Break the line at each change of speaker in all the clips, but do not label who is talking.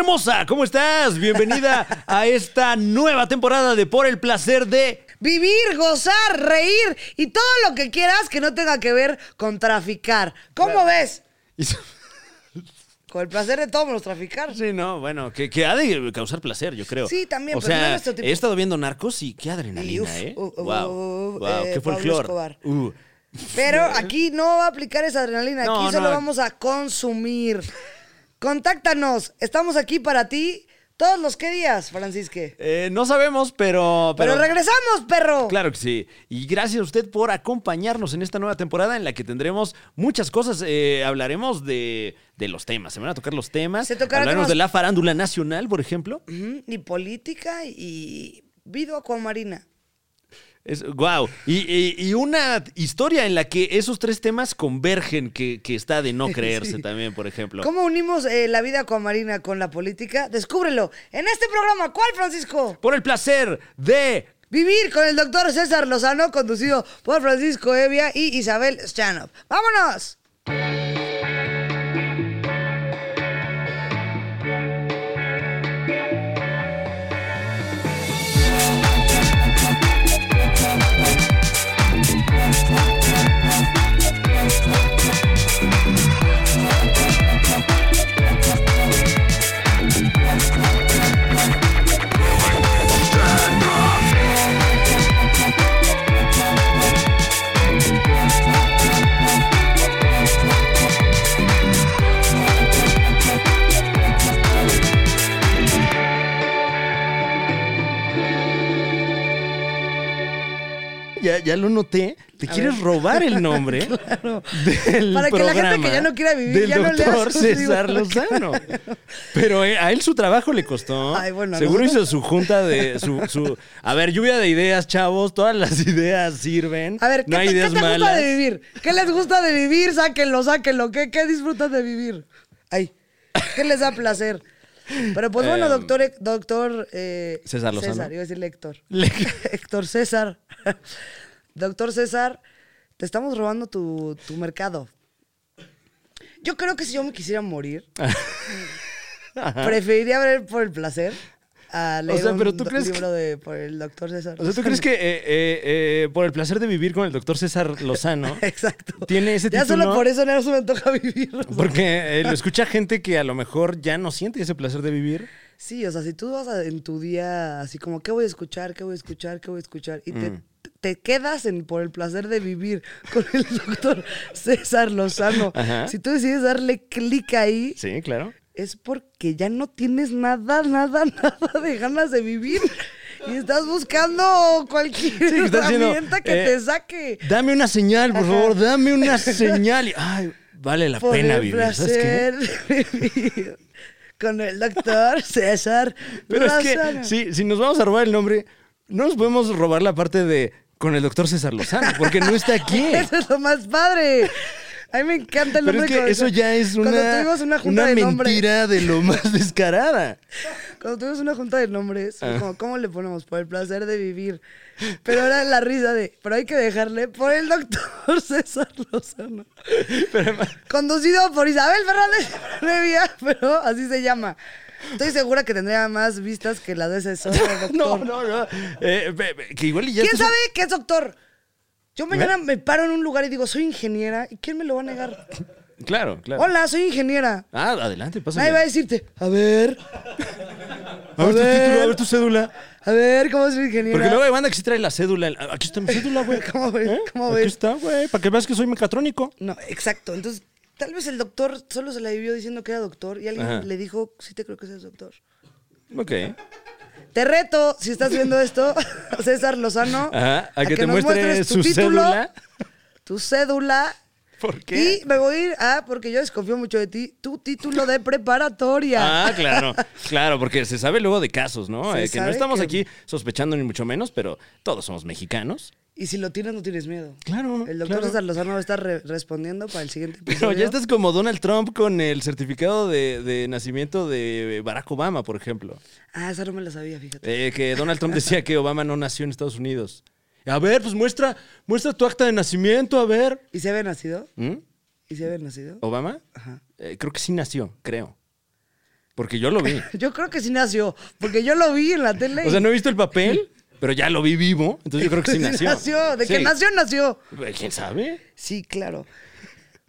Hermosa, ¿cómo estás? Bienvenida a esta nueva temporada de Por el placer de
Vivir, gozar, reír y todo lo que quieras que no tenga que ver con traficar. ¿Cómo ves?
Y so-
Con el placer de todos los traficar.
Sí, no, bueno, que, que ha de causar placer, yo creo.
Sí, también,
O
pero no
sea,
nuestro tipo.
he estado viendo Narcos y qué
Y
adrenalina,
uf,
¿eh?
uh, uh,
wow,
uh,
wow,
eh,
qué
Pablo
folclor.
Escobar.
Uh,
Pero aquí no va a aplicar esa adrenalina, aquí
No,
solo
no.
vamos a consumir. Contáctanos, estamos aquí para ti todos los que días, Francisque.
eh, no sabemos, pero...
Pero, regresamos, perro.
Claro que sí. Y gracias a usted por acompañarnos en esta nueva temporada en la que tendremos muchas cosas. Eh, hablaremos de, de los temas. Se van a tocar los temas.
Se tocarán
hablaremos
temas-
de la farándula nacional, por ejemplo.
Ujú, Y política y vida acuamarina.
Es, wow. Y, y- y una historia en la que esos tres temas convergen, que, que está de no creerse también, por ejemplo.
¿Cómo unimos eh, la vida acuamarina con la política? Descúbrelo en este programa. ¿Cuál, Francisco?
Por el placer de.
Vivir con el doctor César Lozano, conducido por Francisco Evia y Isabel Stanov. ¡Vámonos!
Ya, ya lo noté. Te quieres robar el nombre del
Para que la gente
programa
que ya no quiera vivir
del
ya no lea
doctor
sus
César
libros.
Lozano. Pero eh, a él su trabajo le costó.
Ay, bueno,
Seguro
¿no?
hizo su junta de su, su- a ver, lluvia de ideas, chavos. Todas las ideas sirven.
A ver, ¿qué,
no hay
te,
ideas
qué te gusta
malas.
de vivir? ¿Qué les gusta de vivir? Sáquenlo, sáquenlo. ¿Qué, qué disfrutan de vivir? Ay, ¿qué les da placer? Pero pues bueno,
Em,
doctor... doctor eh,
César Lozano.
César, iba a decirle Héctor.
Le-
Héctor César. Doctor César, te estamos robando tu, tu mercado. Yo creo que si yo me quisiera morir, preferiría ver por el placer a leer
sea, pero
un
¿tú
do-
crees que-
libro de por el doctor César.
O sea, ¿tú crees que eh, eh, eh, por el placer de vivir con el doctor César Lozano?
Exacto.
Tiene ese
Ya
título.
solo por eso no se me antoja vivir.
Porque eh, lo escucha gente que a lo mejor ya no siente ese placer de vivir.
Sí, o sea, si tú vas a- en tu día así como, ¿qué voy a escuchar? ¿Qué voy a escuchar? ¿Qué voy a escuchar? Y
Mm.
te, te quedas en por el placer de vivir con el doctor César Lozano.
Ajá.
Si tú decides darle clic ahí,
Sí, claro.
es porque ya no tienes nada, nada, nada de ganas de vivir. Y estás buscando cualquier
Sí, estás diciendo,
herramienta que
eh,
te saque.
Dame una señal, por
Ajá.
favor, dame una señal. Y, Ay, vale la
Por
pena
el
vivir, ¿sabes qué?
placer de vivir con el doctor César
Pero es
Lozano.
que si, si nos vamos a robar el nombre, no nos podemos robar la parte de con el doctor César Lozano, porque no está aquí.
Eso es lo más padre. A mí me encanta el
Pero es
nombre.
que
cuando-
eso ya es
cuando
una,
tuvimos una junta
una
de nombres-
mentira de lo más descarada.
Cuando tuvimos una junta de nombres,
Ah.
fue como, ¿cómo le ponemos? Por el placer de vivir. Pero era la risa de, pero hay que dejarle por el doctor César Lozano. Conducido por Isabel Fernández Previa, pero así se llama. Estoy segura que tendría más vistas que las de ese solo doctor.
No, no, no. Eh, ve- ve, que igual y ya
¿Quién
estás-
sabe qué es doctor? Yo mañana me paro en un lugar y digo, soy ingeniera. ¿Y quién me lo va a negar?
Claro, claro.
Hola, soy ingeniera.
Ah, adelante, pásale.
Nadie va a decirte, a ver,
A ver tu
A ver.
título, a ver tu cédula.
a ver, ¿cómo es mi ingeniero?
Porque luego hay banda que sí trae la cédula. Aquí está mi cédula, güey.
¿Cómo ves?
¿Eh?
¿Cómo
Aquí
ves?
está, güey. Para que veas que soy mecatrónico.
No, exacto. Entonces, tal vez el doctor solo se la vivió diciendo que era doctor y alguien
Ajá.
le dijo, sí te creo que seas doctor.
Ok.
Te reto, si estás viendo esto, César Lozano,
Ajá, a que te
nos
muestre
muestres
su cédula.
tu cédula.
¿Por qué?
Y me voy a ir a, porque yo desconfío mucho de ti, tu título de preparatoria.
Ah, claro, claro, porque se sabe luego de casos, ¿no?
Se
Eh, que no
sabe
estamos
que-
aquí sospechando ni mucho menos, pero todos somos mexicanos.
Y si lo tienes, no tienes miedo.
Claro,
El doctor
claro.
César Lozano va a estar re- respondiendo para el siguiente episodio.
Pero ya estás como Donald Trump con el certificado de, de nacimiento de Barack Obama, por ejemplo.
Ah, esa no me la sabía, fíjate.
Eh, que Donald Trump decía que Obama no nació en Estados Unidos. A ver, pues muestra, muestra tu acta de nacimiento, a ver.
¿Y se ve nacido?
¿Mm? Oh.
¿Y se ve nacido?
¿Obama?
Ajá.
Eh, creo que sí nació, creo. Porque yo lo vi.
Yo creo que sí nació, porque yo lo vi en la tele.
O sea, no he visto el papel, pero ya lo vi vivo. Entonces yo creo que sí nació.
De que
Sí. Pues,
nació, nació.
¿Quién sabe?
Sí, claro.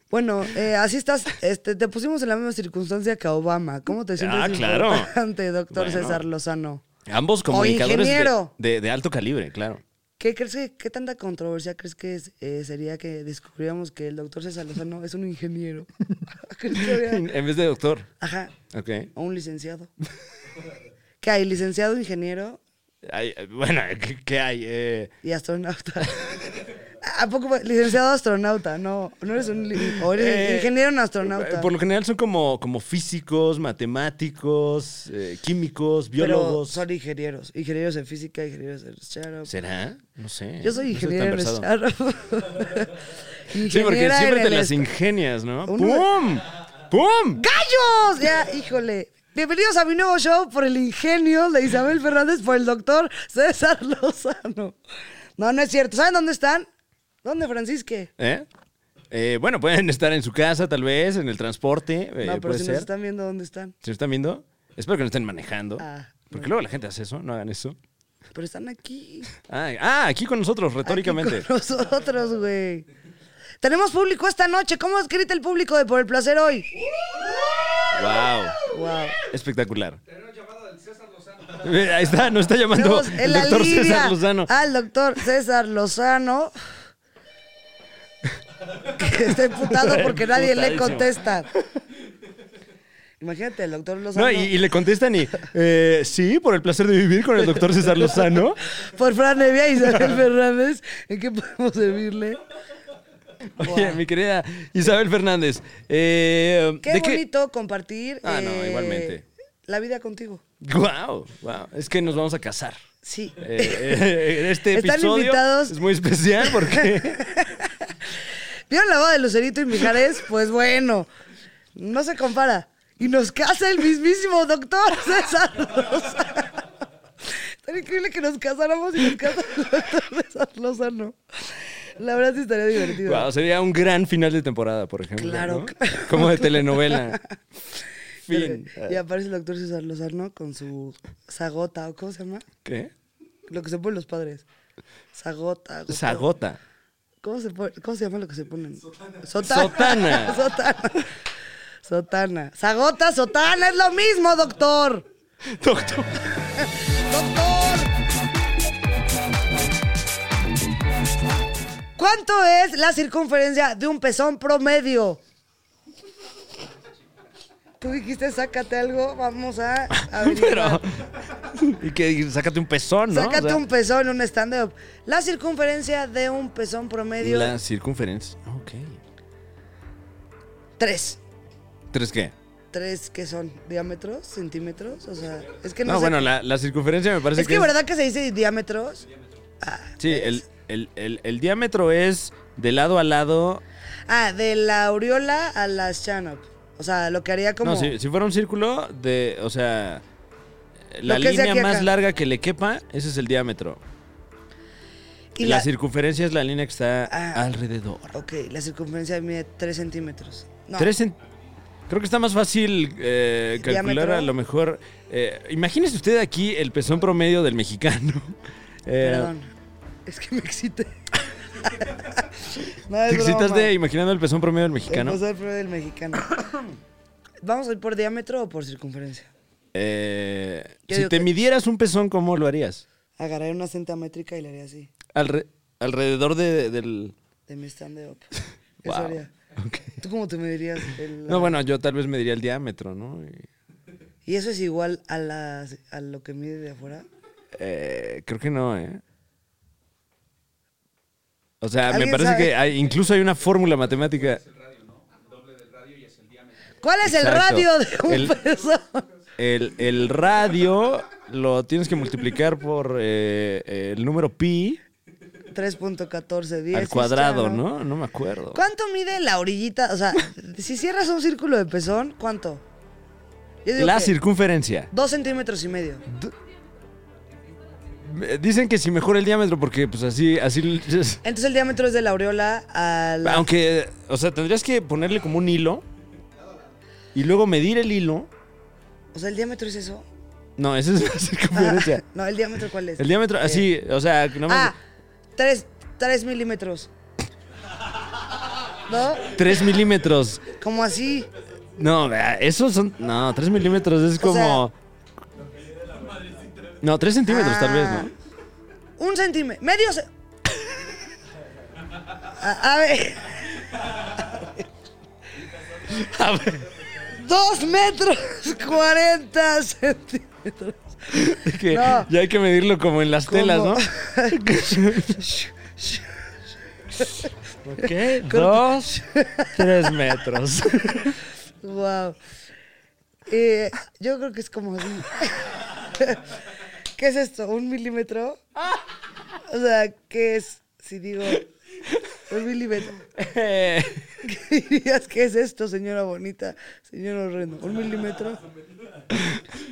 Bueno, eh, así estás. Este, te pusimos en la misma circunstancia que a Obama. ¿Cómo te sientes?
Ah, claro.
importante, doctor
Bueno.
César Lozano.
Ambos comunicadores de,
ingeniero.
de- de alto calibre, claro.
¿Qué crees que, qué tanta controversia crees que es- eh, sería que descubriéramos que el doctor César Lozano es un ingeniero? ¿Crees que habría-
En vez de doctor.
Ajá,
Ok.
o un licenciado. ¿Qué hay? Licenciado, ingeniero
Ay, eh, bueno, ¿qué, qué hay? Eh,
y astronauta. ¿A poco? fue? Licenciado astronauta, no, no eres un li- o eres
eh,
ingeniero en astronauta.
Por lo general son como, como físicos, matemáticos, eh, químicos,
Pero
biólogos.
son ingenieros, ingenieros en física, ingenieros en charo.
¿Será? No sé.
Yo soy
no tan
ingeniero en
versado.
charo.
Sí, porque
Ingeniera
siempre
en
te
el
las
espa-
ingenias, ¿no?
Uno-
¡Pum! ¡Pum!
¡Gallos! Ya, híjole. Bienvenidos a mi nuevo show por el ingenio de Isabel Fernández por el doctor César Lozano. No, no es cierto. ¿Saben dónde están? ¿Dónde, Francisque?
¿Eh? Eh, bueno, pueden estar en su casa, tal vez, en el transporte. eh,
No, pero
puede
si
ser.
nos están viendo, ¿dónde están?
¿Se están viendo? Espero que no estén manejando.
Ah,
porque luego la gente hace eso, no hagan eso.
Pero están aquí. aquí
Ah, ah, aquí con nosotros, retóricamente.
con nosotros, güey. Tenemos público esta noche. ¿Cómo escrita el público de Por el Placer hoy?
¡Wow!
Wow.
Espectacular. Eh, Ahí está, nos está llamando
Tenemos en
el
la
doctor
línea
César Lozano.
Al doctor César Lozano. Que está imputado porque nadie le
Emputadísimo.
contesta. Imagínate, el doctor Lozano.
No, y, y le contestan y, eh, sí, por el placer de vivir con el doctor César Lozano.
Por Fran Evia y Isabel Fernández. ¿En qué podemos servirle?
Oye, mi querida Isabel Fernández, eh,
Qué
¿de
bonito compartir. eh,
Ah, no, igualmente.
La vida contigo.
Wow, wow, es que nos vamos a casar.
Sí.
Eh, eh, este
Están
episodio
invitados.
es muy especial porque
¿Vieron la boda de Lucerito y Mijares? Pues bueno, no se compara. Y nos casa el mismísimo doctor César Lozano. Estaría increíble que nos casáramos y nos casa el doctor César Lozano. La verdad sí estaría divertido.
wow, sería un gran final de temporada, por ejemplo.
Claro,
¿no?
claro.
Como de telenovela. Fin.
Y aparece el doctor César Lozano con su zagota, ¿o cómo se llama?
¿Qué?
Lo que se ponen los padres. Zagota. gota.
Zagota.
¿Cómo se, pone- ¿Cómo se llama lo que se ponen? Sotana.
Sotana.
Sotana. Sotana. Sotana. Zagota, sotana, es lo mismo, doctor.
Doctor.
Doctor. ¿Cuánto es la circunferencia de un pezón promedio? Tú dijiste, sácate algo, vamos a
Pero.
averiguar.
Y que sácate un pezón, ¿no? O
Sácate
sea,
un pezón, un stand-up. La circunferencia de un pezón promedio,
La circunferencia. Ah, Ok.
tres.
¿Tres qué?
¿Tres que son? ¿Diámetros? ¿Centímetros? O sea, es que no,
No,
sé.
bueno, la, la circunferencia me parece
es que, ¿verdad que se dice diámetros? Ah,
Sí, el, el- el- el diámetro es de lado a lado.
Ah, de la aureola a la Shanop. O sea, lo que haría como...
No, si, si fuera un círculo, de. O sea. La
Lo que es de
línea
aquí a
más
acá.
larga que le quepa, ese es el diámetro.
y
la,
la,
circunferencia es la línea que está
Ah.
alrededor.
Ok, la circunferencia mide 3 centímetros. No,
Tres cen- Creo que está más fácil eh, calcular
Diámetro.
a lo mejor. eh, imagínese usted aquí el pezón promedio del mexicano. Eh,
perdón. Es que me excité. no, es
¿Te excitaste
broma.
imaginando el pezón promedio del mexicano?
Empezó el promedio del mexicano. ¿Vamos a ir por diámetro o por circunferencia?
Eh,
Yo
si
digo
te
que-
midieras un pezón, ¿cómo lo harías?
Agarraré una cinta métrica y le haría así,
Alre- alrededor de- del...
de mi stand-up. Eso
Wow.
haría.
Ok.
¿Tú cómo te medirías? El,
No, bueno, yo tal vez mediría el diámetro, ¿no? Y,
¿Y eso es igual a, las- a lo que mide de afuera?
eh, creo que no, ¿eh? O sea, me
¿Alguien
parece
sabe?
que hay- incluso hay una fórmula matemática.
¿Cuál es el
Exacto.
radio de un
El-
pezón?
El, el radio lo tienes que multiplicar por eh, el número pi
3.14, 10.
al cuadrado, ¿no? No me acuerdo.
¿Cuánto mide la orillita? O sea, si cierras un círculo de pezón, ¿cuánto? Yo digo
La
que
circunferencia.
Dos centímetros y medio.
Eh, Dicen que si mejora el diámetro porque pues así así
Entonces el diámetro es de la aureola a la...
Aunque, o sea, tendrías que ponerle como un hilo y luego medir el hilo
O sea, el diámetro es eso.
No, esa es la circunferencia.
no, el diámetro cuál es. Eh,
El diámetro, así, o sea, no
Ah, 3, milímetros. ¿No?
3 milímetros.
Como así.
No, vea, esos son. No, 3 milímetros es como. No, 3 centímetros tal vez,
Ah,
¿no?
Un centímetro. Medio. ce- A, a ver.
A ver,
Dos metros 40 centímetros.
que
No.
ya hay que medirlo como en las telas, ¿no? ok, 2, 3 metros.
Wow. Eh, yo creo que es como así. ¿Qué es esto? ¿Un milímetro? O sea, ¿qué es? Si digo un milímetro.
Eh,
¿Qué dirías que es esto, señora bonita? Señor horrendo. ¿Un milímetro?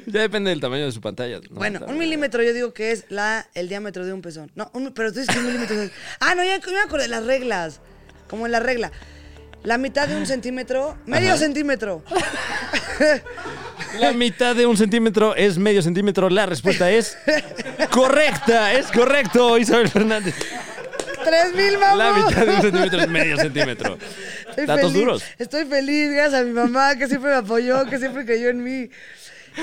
ya depende del tamaño de su pantalla. ¿no?
Bueno, un milímetro yo digo que es la, el diámetro de un pezón. No, un- pero tú dices que un milímetro es... Ah, no, ya, ya me acordé de las reglas. Como en la regla. La mitad de un centímetro, medio centímetro.
La mitad de un centímetro es medio centímetro. La respuesta es correcta. Es correcto, Isabel Fernández.
¡Tres mil, mamá!
La mitad de un centímetro es medio centímetro.
Estoy
Datos
feliz,
duros.
Estoy feliz, gracias a mi mamá que siempre me apoyó, que siempre creyó en mí.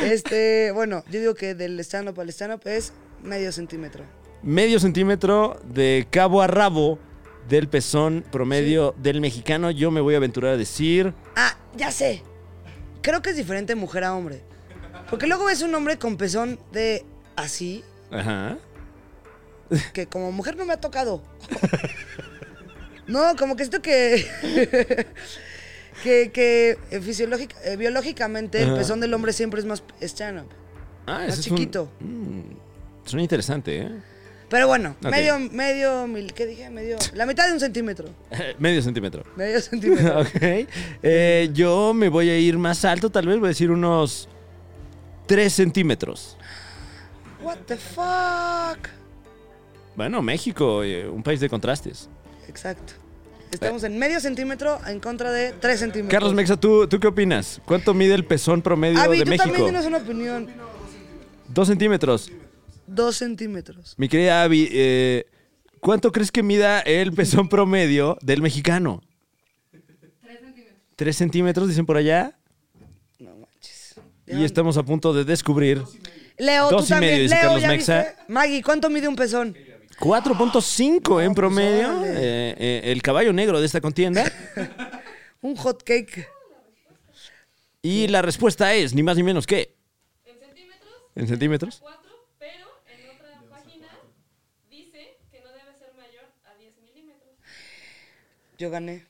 Este, bueno, yo digo que del stand-up al stand-up es medio centímetro.
Medio centímetro de cabo a rabo del pezón promedio del mexicano. Yo me voy a aventurar a decir.
Ah, ya sé. Creo que es diferente mujer a hombre. Porque luego ves un hombre con pezón de así,
Ajá.
que como mujer no me ha tocado. No, como que esto que. que, que eh, fisiológica- eh, biológicamente el
Ajá.
pezón del hombre siempre es más stand-up.
Ah,
Más
ese es un-
chiquito.
Mm, suena interesante, ¿eh?
Pero bueno,
Ok.
medio, medio mil, ¿qué dije? Medio, la mitad de un centímetro.
medio centímetro.
Medio centímetro.
Ok. Eh, yo me voy a ir más alto, tal vez voy a decir unos 3 centímetros.
What the fuck?
Bueno, México, eh, un país de contrastes.
Exacto. Estamos en medio centímetro en contra de tres centímetros.
Eh. Carlos Mexa, ¿tú, ¿tú qué opinas? ¿Cuánto mide el pezón promedio
Avi,
de
tú también
México?
tienes una opinión.
Dos centímetros.
Dos centímetros.
Mi querida Abby, eh, ¿cuánto crees que mida el pezón promedio del mexicano? Tres centímetros. ¿Tres centímetros, dicen por allá?
No manches.
Y estamos a punto de descubrir
Leo,
Dos
tú
y
también.
medio, dice
Leo,
Carlos
¿ya
Mexa.
viste? Maggie, ¿cuánto mide un pezón?
4.5 en promedio.
pues órale.
eh, eh, el caballo negro de esta contienda.
Un hot cake.
Y la respuesta es, ni más ni menos que,
En centímetros,
en centímetros.
4, pero en otra página dice que no debe ser mayor a 10 milímetros.
Yo gané.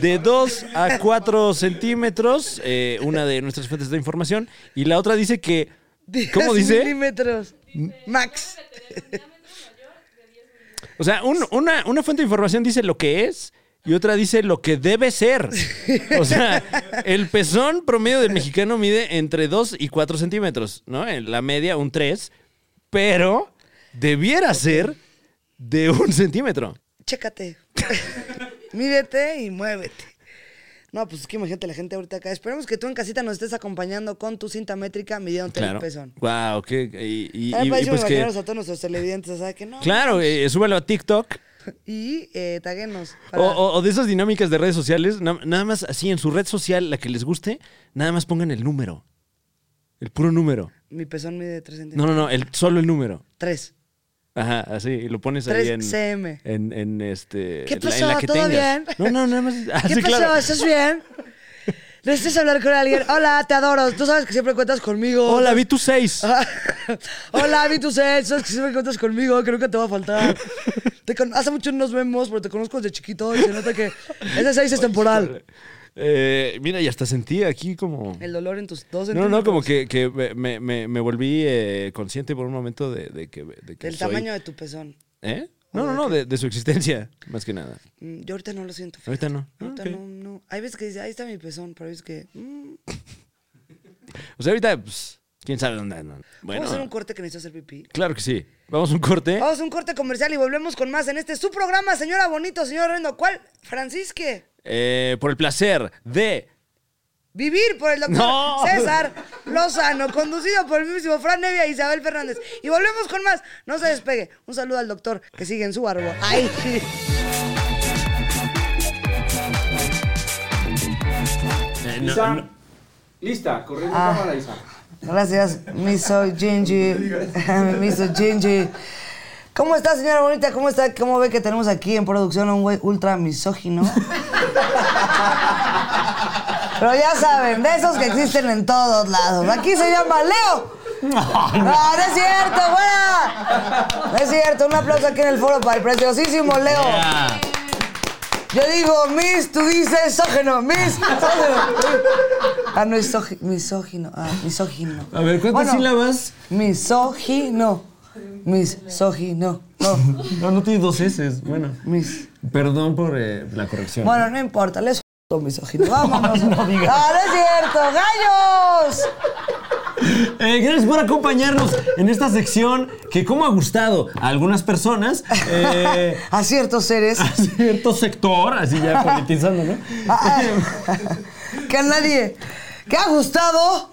De 2 a 4 centímetros, eh, una de nuestras fuentes de información. Y la otra dice que, ¿cómo
Diez
dice?
Milímetros. Max.
O sea, un- una, una fuente de información dice lo que es y otra dice lo que debe ser. O sea, el pezón promedio del mexicano mide entre 2 y 4 centímetros, ¿no? En la media un 3, pero debiera ser de un centímetro.
Chécate. Mídete y muévete. No, pues es que imagínate la gente ahorita acá. Esperemos que tú en casita nos estés acompañando con tu cinta métrica midiéndote el pezón.
Wow, qué. Y, y-
Ah,
y-
para
y
eso
pues
me
que.
imaginamos a todos nuestros televidentes, ¿sabes que no?
Claro, eh, súbelo a TikTok.
Y eh, taguenos.
O, o- o de esas dinámicas de redes sociales, na- nada más así en su red social, la que les guste, nada más pongan el número. El puro número.
Mi pezón mide 3
No,
centímetros.
no, no, el, solo el número.
3.
Ajá, así, y lo pones ahí
3
en,
cm.
en, en este.
¿Qué
en la-
pasó?
en la que
¿Todo
tengas.
bien?
No, no, nada más. ah,
¿Qué
sí,
pasó?
claro.
¿Estás bien? ¿Necesitas hablar con alguien? Hola, te adoro. Tú sabes que siempre cuentas conmigo.
Hola, vi tu 6.
Ah, Hola, vi tus hechos, sabes que siempre cuentas conmigo, que nunca te va a faltar. Te con- hace mucho no nos vemos, pero te conozco desde chiquito y se nota que ese 6 es temporal.
Eh, mira, y hasta sentí aquí como.
El dolor en tus dos
No, no,
centímetros.
como que, que me, me- me volví eh, consciente por un momento de, de que. de que
Del
soy-
tamaño de tu pezón.
¿Eh? No, no, no, de, de su existencia, más que nada.
Mm, Yo ahorita no lo siento. fíjate.
Ahorita no. Ah,
Ahorita
ok.
no, no. Hay veces que dice, ahí está mi pezón, pero hay veces que. mm,
O sea, ahorita, pues, quién sabe dónde andan. Bueno,
Vamos a hacer un Oh. corte que necesito hacer pipí.
claro que sí. Vamos a un corte.
Vamos a un corte comercial y volvemos con más en este su programa, señora Bonito, señor Rendo. ¿Cuál? Francisque.
eh, por el placer de
Vivir por el doctor
No.
César Lozano, conducido por el mismo Fran Nevia e Isabel Fernández. Y volvemos con más. No se despegue. Un saludo al doctor que sigue en su árbol. Ay.
Eh, no,
Isa,
no.
Lista, corriendo
Ah.
cámara, Isa.
Gracias, miso Gingy. miso Gingy. ¿Cómo está, señora bonita? ¿Cómo está? ¿Cómo ve que tenemos aquí en producción a un güey ultra misógino? Pero ya saben, de esos que existen en todos lados. Aquí se llama Leo. No, no es cierto, fuera. No es cierto. Un aplauso aquí en el foro para el preciosísimo Leo.
Ah,
Yo digo, Miss, tú dices sógeno, Miss, sógeno. Ah, no es sogi- misógino, ah, misógino.
A ver, ¿cuántas sílabas?
Misógino, misógino, no,
No, no tiene dos S. Bueno.
mis.
Perdón por eh, la corrección.
Bueno, no importa, les f***o misógino, vámonos.
No, no digas.
Ah, no es cierto, gallos.
Eh, gracias por acompañarnos en esta sección que, como ha gustado a algunas personas, eh,
A ciertos seres.
a cierto sector, así ya politizando, ¿no?
Ah, ah, que a nadie, que ha gustado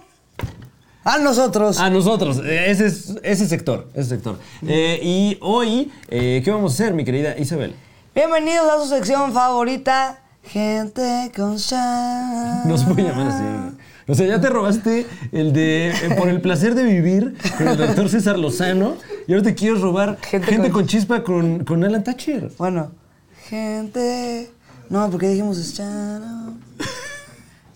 a nosotros.
A nosotros, eh, ese, es- ese sector, ese sector. Eh, y hoy, eh, ¿qué vamos a hacer, mi querida Isabel?
Bienvenidos a su sección favorita, Gente con Shan.
Nos voy a llamar así. O sea, ya te robaste el de eh, Por el placer de vivir con el doctor César Lozano y ahora te quieres robar Gente,
Gente
con...
con-
Chispa con, con Alan Thatcher.
Bueno, gente. No, porque dijimos Chan.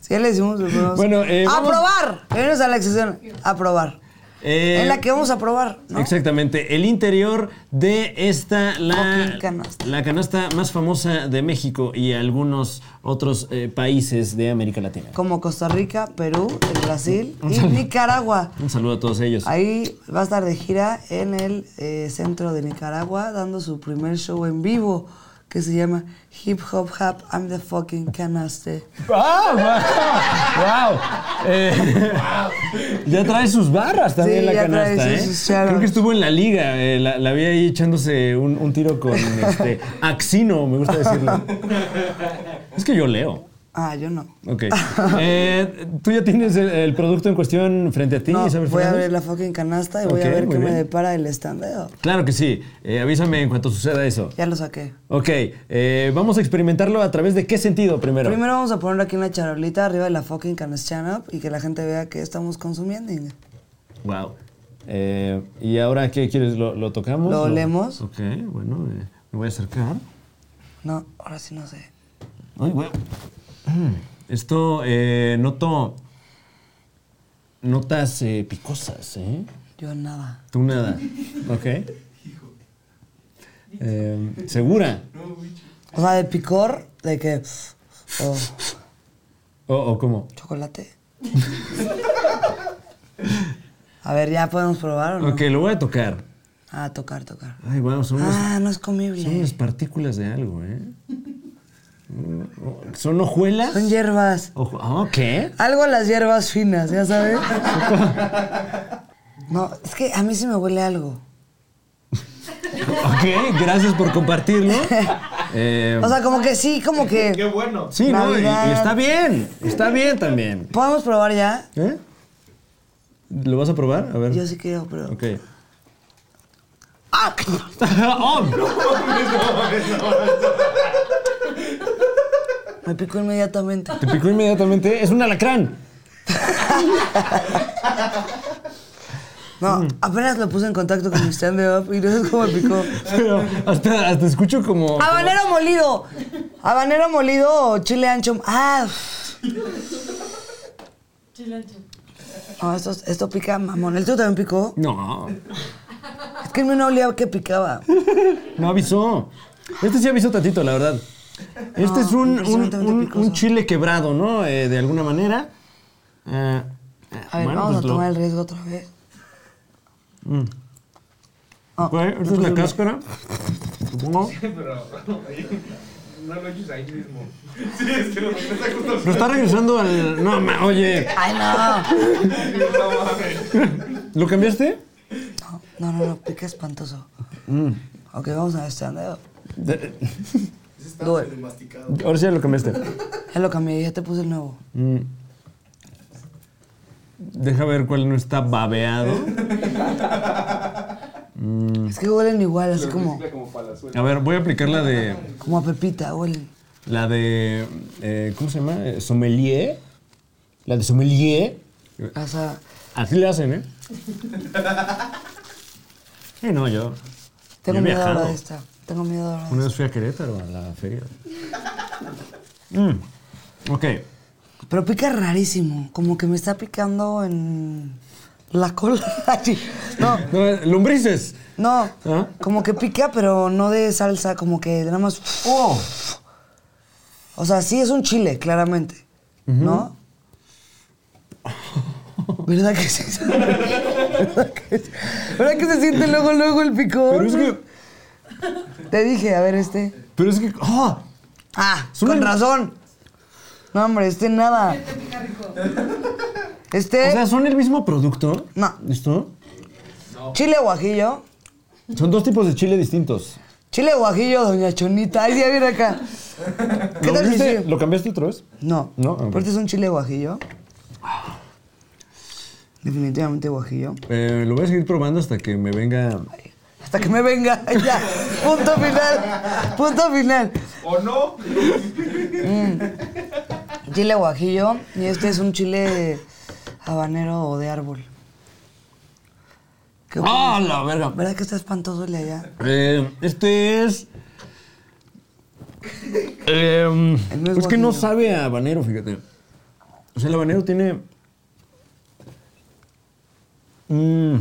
Si ya le decimos.
Bueno, eh,
¡A
vamos-
probar! Bienvenidos a la sección. A probar.
Eh,
en la que vamos a probar, ¿no?
Exactamente, el interior de esta, la
Fucking canasta.
la canasta más famosa de México y algunos otros eh, países de América Latina.
Como Costa Rica, Perú, el Brasil y Nicaragua.
Un saludo a todos ellos.
Ahí va a estar de gira en el eh, centro de Nicaragua dando su primer show en vivo que se llama Hip Hop Hop I'm the fucking canaste. Ah,
¡Wow! Eh, ya trae sus barras también
Sí,
la
ya
canasta,
trae
¿eh?
sus- sus charros.
Creo que estuvo en la liga. eh, la, la vi ahí echándose un, un tiro con este, Axino, me gusta decirlo. Es que yo leo.
Ah, yo no.
Ok. Eh, ¿Tú ya tienes el, el producto en cuestión frente a ti,
No,
Isabel
voy a
Fernández?
abrir la fucking canasta y voy
Ok,
a ver
muy
qué me
bien.
depara el estandeo.
Claro que sí. Eh, avísame en cuanto suceda eso.
Ya lo saqué.
Ok, eh, vamos a experimentarlo a través de qué sentido primero.
Primero vamos a poner aquí una charolita arriba de la fucking canasta up y que la gente vea que estamos consumiendo.
Wow. Eh, ¿Y ahora qué quieres? ¿Lo, lo tocamos?
¿Lo
¿O-
olemos?
Ok, bueno, eh, me voy a acercar.
No, ahora sí no sé.
Ay, güey. Mm, Esto eh, noto notas eh, picosas, ¿eh?
Yo nada.
Tú nada. Ok. Eh, ¿Segura?
O sea, de picor, de que... oh,
¿O, o cómo?
chocolate. A ver, ¿ya podemos probar o no?
Ok, lo voy a tocar.
Ah, tocar, tocar.
Ay, wow, son unas,
Ah, no es
son
comible.
unas partículas de algo, ¿eh? Mm, oh, ¿Son hojuelas?
Son hierbas.
Ojo, ah, ¿qué?
Algo a las hierbas finas, ¿ya sabes? No, es que a mí sí me huele algo.
Ok, gracias por compartirlo. Eh,
O sea, como que sí, como
Qué
que...
bueno.
sí, ¿no? Y,
Navidad.
y está bien, está bien también.
¿Podemos probar ya?
¿Eh? ¿Lo vas a probar? A ver.
Yo sí quiero, pero...
Ok.
¡Ah!
¡Oh!
Me picó inmediatamente.
Te picó inmediatamente. Es un alacrán.
No, apenas lo puse en contacto con mi stand-up y no sé cómo me picó.
Pero hasta, hasta escucho como.
¡Habanero molido! ¿Habanero molido o chile ancho? ¡Ah! No, esto, esto pica mamón. ¿El tuyo también picó?
No,
Es que en mí no olía que picaba.
no avisó. Este sí avisó tantito, la verdad. Este es un, un,
impresionantemente
un- un
picoso.
chile quebrado, ¿no? Eh, de alguna manera. Eh,
A ver,
bueno,
vamos
pues
a
lo- Mm.
tomar el riesgo otra vez. Ah,
Ok, esta es la cáscara. Supongo.
Pero no lo eches ahí mismo. Sí, es que lo regresa justo
Pero está regresando al. No, ma- oye.
¡Ay, no!
No mames.
¿Lo cambiaste?
No, no, no, pica espantoso.
Mm.
Ok, vamos a este stand-up.
De-
Duel.
Ahora sí ya lo cambiaste. Mm.
Ya lo cambié, ya te puse el nuevo.
Deja ver cuál no está babeado. Mm.
Es que huelen igual, así como,
como palazuelo.
A ver, voy a aplicar la de.
como a Pepita, huelen.
La de. eh, ¿Cómo se llama? Eh, Sommelier. La de Sommelier.
O sea,
Así le hacen, ¿eh? Sí, no, yo.
tengo
yo he
miedo ahora
viajado.
de esta. Tengo miedo ahora. de
Una vez fui a Querétaro, a la feria. Mm, Ok.
esta. Pero pica rarísimo, como que me está picando en la cola. Ay, no,
No, Lombrices.
no,
¿Ah?
como que pica, pero no de salsa, como que nada más...
Oh.
O sea, sí es un chile, claramente, ¿no? ¿Verdad que sí? ¿Verdad que sí? ¿Verdad que se siente luego, luego el picor?
Pero es que.
Te dije, a ver, este...
Pero es que. ¡Ah!
Ah,
Son
con
un-
razón. No, hombre, este nada. Este
O sea, son el mismo producto.
No.
¿Listo?
chile guajillo.
Son dos tipos de chile distintos.
Chile guajillo, doña Chonita. Ay, ya viene acá. ¿Qué
¿Lo,
tal que
viste?
sí?
¿Lo cambiaste otra vez?
No.
No, ok.
Pero este es un chile guajillo. Definitivamente guajillo.
Eh, lo voy a seguir probando hasta que me venga.
Hasta que me venga. Ya. Punto final. Punto final.
¿O no?
Mm. Chile guajillo. Y este es un chile habanero o de árbol. Qué
¡Ah, la verga!
¿Verdad que está espantoso el de allá?
Eh, este es. Em,
El no es
es que no
guajillo.
sabe a habanero, fíjate. O sea, el habanero tiene. Mm.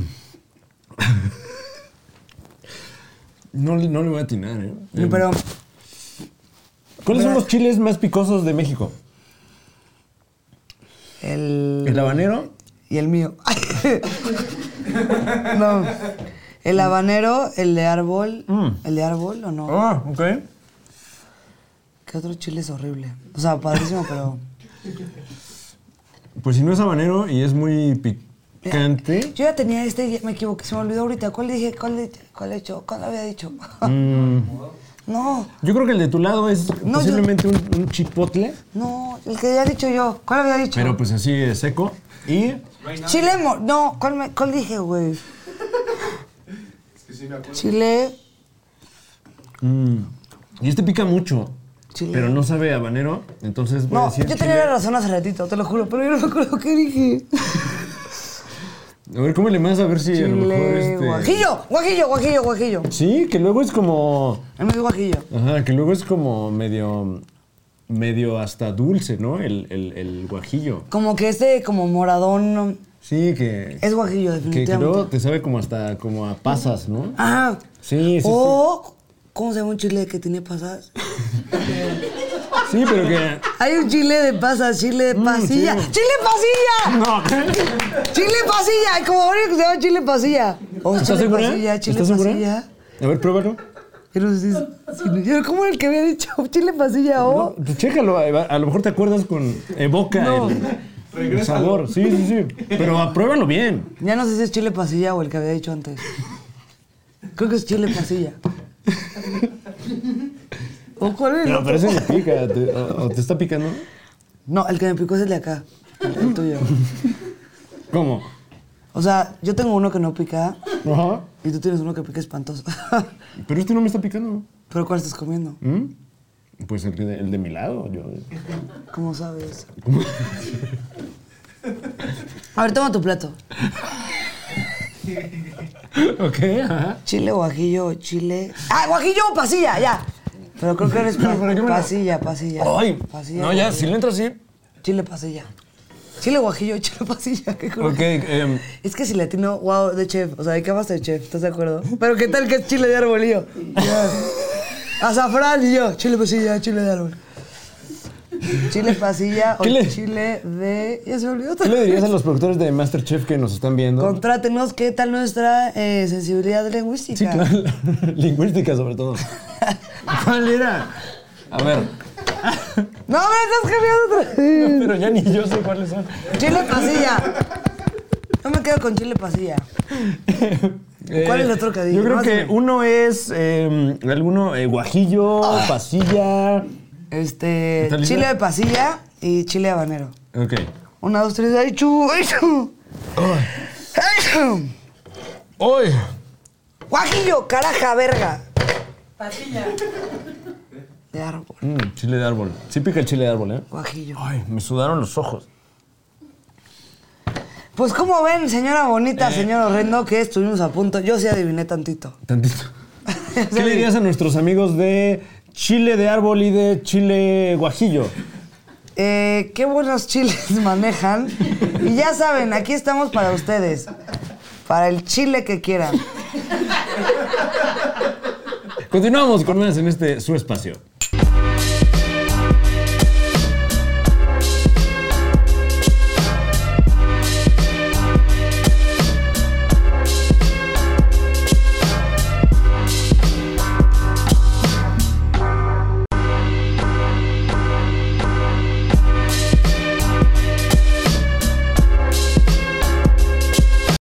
no, le- no le voy a atinar, ¿eh? Em,
Pero
¿Cuáles son los chiles más picosos de México?
el...
El habanero.
Y el mío. no. El habanero, el de árbol.
Mm.
¿El de árbol o no?
Ah, ok.
¿Qué otro chile es horrible? O sea, padrísimo, pero.
Pues si no es habanero y es muy picante.
Yo ya tenía este, y ya me equivoqué, se me olvidó ahorita. ¿Cuál dije? ¿Cuál, le- cuál he hecho? ¿Cuál había dicho?
mm,
no,
yo creo que el de tu lado es
No, yo-
posiblemente un- un chipotle.
no, el que había dicho yo. ¿Cuál había dicho?
Pero pues así eh, seco. Y
Chile. mo- No, ¿cuál, me- cuál dije, güey? Chile.
mm, y este pica mucho.
Chile.
Pero no sabe a habanero, entonces voy a
No,
decir
yo
chile.
tenía la razón hace ratito, te lo juro, pero yo no me acuerdo qué dije.
A ver, cómele más a ver si a lo mejor
Chile,
este
guajillo, guajillo, guajillo, guajillo.
Sí, que luego es como
El medio guajillo.
ajá, que luego es como medio medio hasta dulce, ¿no? El, el- el guajillo.
Como que este como moradón no,
Sí, que
es guajillo,
que, que luego
definitivamente.
te sabe como hasta como a pasas, ¿no?
Ah.
Sí, sí, sí.
O, ¿cómo se llama un chile que tiene pasas?
Sí, pero que
Hay un chile de pasas, chile de pasilla.
Mm, sí.
¡Chile pasilla!
no.
¡Chile pasilla! Hay como varios que se llaman chile pasilla. O
Oh, ¿Estás
chile
segura?
pasilla, chile
¿Estás segura?
pasilla.
A ver, pruébalo.
Yo no sé si es- si no- yo- ¿Cómo era el que había dicho? ¿Chile pasilla o?
No, pues chécalo, a a lo mejor te acuerdas con evoca el, el sabor. Sí, sí, sí. Pero apruébalo bien.
Ya no sé si es chile pasilla o el que había dicho antes. Creo que es chile pasilla. ¿O cuál es?
Pero parece que pica. te- o, o te está picando?
No, el que me picó es el de acá. El tuyo.
¿Cómo?
O sea, yo tengo uno que no pica
Ajá.
y tú tienes uno que pica espantoso.
Pero este no me está picando.
Pero ¿cuál estás comiendo?
¿Mm? Pues el, que de, el de mi lado. Yo.
¿Cómo sabes? A ver, toma tu plato.
Ok, ajá.
Chile, guajillo, chile. ¡Ah, guajillo o pasilla! Ya. Pero creo que eres pa-
¿para qué me lo-
pasilla, pasilla.
Ay,
pasilla.
no, ya,
guajillo.
si le entro así.
Chile, pasilla. Chile, guajillo, chile, pasilla. Qué cool.
Ok, em,
Es que si latino, wow, de chef. O sea, ¿de qué vas de chef? ¿Estás de acuerdo? Pero ¿qué tal que es chile de árbol y yo? Ya. Azafrán y yo. Chile pasilla, chile de árbol. Chile pasilla o
¿Qué le-
chile de. Ya se me olvidó
¿qué
otra
le
vez.
dirías a los productores de Masterchef que nos están viendo?
Contrátenos qué tal nuestra eh, sensibilidad lingüística.
Sí, claro. Lingüística, sobre todo. ¿Cuál era? A ver.
No, me estás cambiando otra vez.
Pero ya ni yo sé cuáles son.
Chile pasilla. Yo me quedo con chile pasilla. ¿Cuál es el otro que dije?
Eh, Yo creo
Más
que
dime.
uno es eh, alguno eh, guajillo,
Ah.
pasilla.
Este.
¿Está lista?
Chile de pasilla y chile habanero.
Ok.
Una, dos, tres. ¡Ay, chu! ¡Ay, chu! ¡Ay, chu!
¡Uy!
¡Guajillo, caraja, verga! Patilla. De árbol.
Mm, chile de árbol. Sí pica el chile de árbol, ¿eh?
Guajillo.
Ay, me sudaron los ojos.
Pues como ven, señora
Eh.
bonita, señor horrendo, que estuvimos a punto. Yo sí adiviné tantito.
Tantito. ¿Qué le dirías a nuestros amigos de chile de árbol y de chile guajillo?
Eh, qué buenos chiles manejan. Y ya saben, aquí estamos para ustedes. Para el chile que quieran.
Continuamos con más en este su espacio.